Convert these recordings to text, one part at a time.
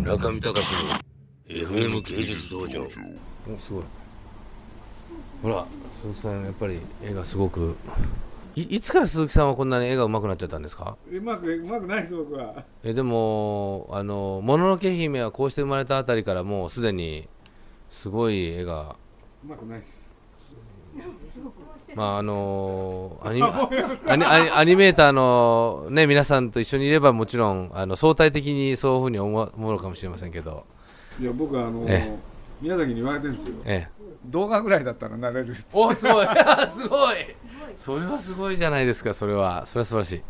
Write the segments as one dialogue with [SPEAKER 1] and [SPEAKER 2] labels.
[SPEAKER 1] 村上隆の FM 芸術道場
[SPEAKER 2] おすごいほら鈴木さんやっぱり絵がすごくいいつから鈴木さんはこんなに絵が上手くなっちゃったんですか
[SPEAKER 3] うまくうまくないです僕は
[SPEAKER 2] えでもあの「もののけ姫」はこうして生まれたあたりからもうすでにすごい絵が
[SPEAKER 3] うまくないです
[SPEAKER 2] まああのアニメアニアニアニメーターの、ね、皆さんと一緒にいればもちろんあの相対的にそういうふうに思わ思うかもしれませんけど、
[SPEAKER 3] いや僕はあの
[SPEAKER 2] ええ
[SPEAKER 3] 宮崎に言われてるんですよ
[SPEAKER 2] ええ、
[SPEAKER 3] 動画ぐらいだったらなれるって
[SPEAKER 2] おすごい すごいそれはすごいじゃないですかそれはそれは素晴らし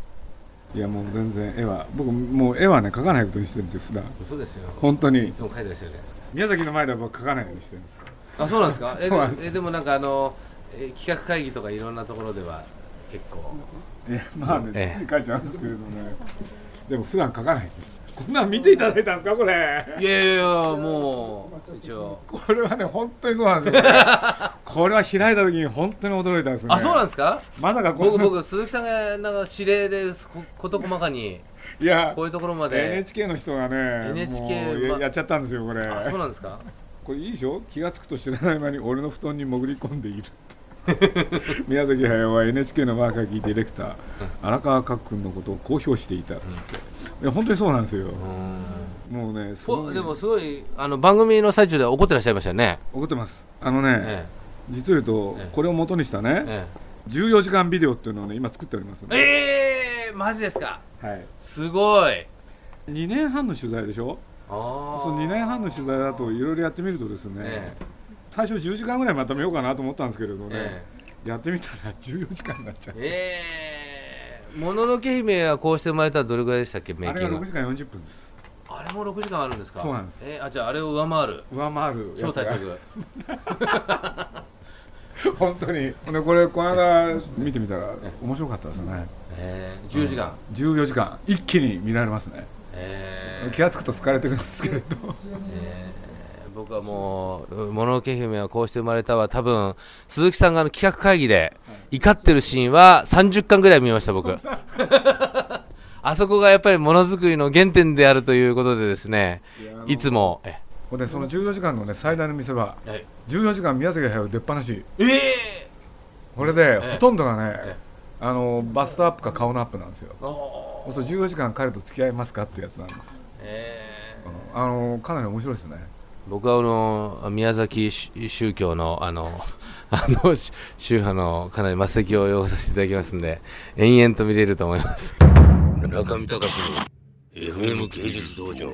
[SPEAKER 2] い
[SPEAKER 3] いやもう全然絵は僕もう絵はね描かないことにしてるんですよ普段
[SPEAKER 2] そうですよ
[SPEAKER 3] 本当
[SPEAKER 2] い
[SPEAKER 3] に
[SPEAKER 2] つも書いてらっしゃるじゃないです
[SPEAKER 3] 宮崎の前では僕描かないようにしてるんですよ
[SPEAKER 2] かあそうなんですかえ
[SPEAKER 3] そうなんです
[SPEAKER 2] えでもなんかあのえ企画会議とかいろんなところでは結構
[SPEAKER 3] いやまあね、
[SPEAKER 2] ええ
[SPEAKER 3] つい描いちゃうんですけれどねでも普段描かないんですこんなん見ていただいたんですかこれ
[SPEAKER 2] いやいやいやもう一応
[SPEAKER 3] これはね本当にそうなんです よこれこれは開いた時に本当に驚いたんですよ、ね、
[SPEAKER 2] あそうなんですか
[SPEAKER 3] まさかこ
[SPEAKER 2] 僕
[SPEAKER 3] んな
[SPEAKER 2] 僕鈴木さんがなんか指令ですこ事細かに
[SPEAKER 3] いや
[SPEAKER 2] こういうところまで
[SPEAKER 3] NHK の人がね
[SPEAKER 2] NHK
[SPEAKER 3] もうや
[SPEAKER 2] ま
[SPEAKER 3] やっちゃったんですよこれ
[SPEAKER 2] あそうなんですか
[SPEAKER 3] これいいでしょ気がつくと知らない間に俺の布団に潜り込んで いる宮崎駿は NHK の若きディレクター荒川角君のことを公表していたっつって、いや本当にそうなんですよ、もうねすご
[SPEAKER 2] こ
[SPEAKER 3] い
[SPEAKER 2] でもすごいあの番組の最中で怒ってらっしゃいましたよね
[SPEAKER 3] 怒ってますあのね、
[SPEAKER 2] え
[SPEAKER 3] 実を言うと、
[SPEAKER 2] ええ
[SPEAKER 3] これを元にしたね、
[SPEAKER 2] ええ
[SPEAKER 3] 14時間ビデオっていうのをね今作っておりますの
[SPEAKER 2] え
[SPEAKER 3] で、
[SPEAKER 2] えー、マジですか
[SPEAKER 3] はい、
[SPEAKER 2] すごい
[SPEAKER 3] 2年半の取材でしょ
[SPEAKER 2] ああ
[SPEAKER 3] その2年半の取材だといろいろやってみるとですね、
[SPEAKER 2] え
[SPEAKER 3] 最初10時間ぐらいまとめようかなと思ったんですけれどね、
[SPEAKER 2] え
[SPEAKER 3] やってみたら14時間になっちゃう
[SPEAKER 2] えええもののけ姫はこうして生まれたらどれぐらいでしたっけメ
[SPEAKER 3] あ
[SPEAKER 2] イ
[SPEAKER 3] れ
[SPEAKER 2] キ
[SPEAKER 3] が
[SPEAKER 2] ン
[SPEAKER 3] 6
[SPEAKER 2] グ
[SPEAKER 3] 時間40分です
[SPEAKER 2] あれも6時間あるんですか
[SPEAKER 3] そうなんです
[SPEAKER 2] えーあじゃああれを上回る
[SPEAKER 3] 上回る
[SPEAKER 2] 超対策
[SPEAKER 3] 策本当にでこれこの間見てみたら面白かったですね
[SPEAKER 2] えー、10時間、
[SPEAKER 3] 14時間一気に見られますね
[SPEAKER 2] えー
[SPEAKER 3] 気が付くと疲れてるんですけれど
[SPEAKER 2] えー僕はもう「もののけ姫はこうして生まれた」は多分鈴木さんがあの企画会議で怒ってるシーンは30巻ぐらい見ました 僕あそこがやっぱりものづくりの原点であるということでですねいつもえ
[SPEAKER 3] ほんでその14時間のね最大の見せ場
[SPEAKER 2] はい
[SPEAKER 3] 14時間宮崎駿出っ放し
[SPEAKER 2] ええ
[SPEAKER 3] これで
[SPEAKER 2] え
[SPEAKER 3] ほとんどが
[SPEAKER 2] え
[SPEAKER 3] ねあのバストアップか顔のアップなんですよ
[SPEAKER 2] ー、おー
[SPEAKER 3] そう14時間彼と付き合いますかってやつなんです、
[SPEAKER 2] えー
[SPEAKER 3] うんあのかなり面白いですね
[SPEAKER 2] 僕はあの宮崎宗宗教のあの あのし宗派のかなり末席を用させていただきますんで延々と見れると思います。
[SPEAKER 1] 村上隆の FM 芸術道場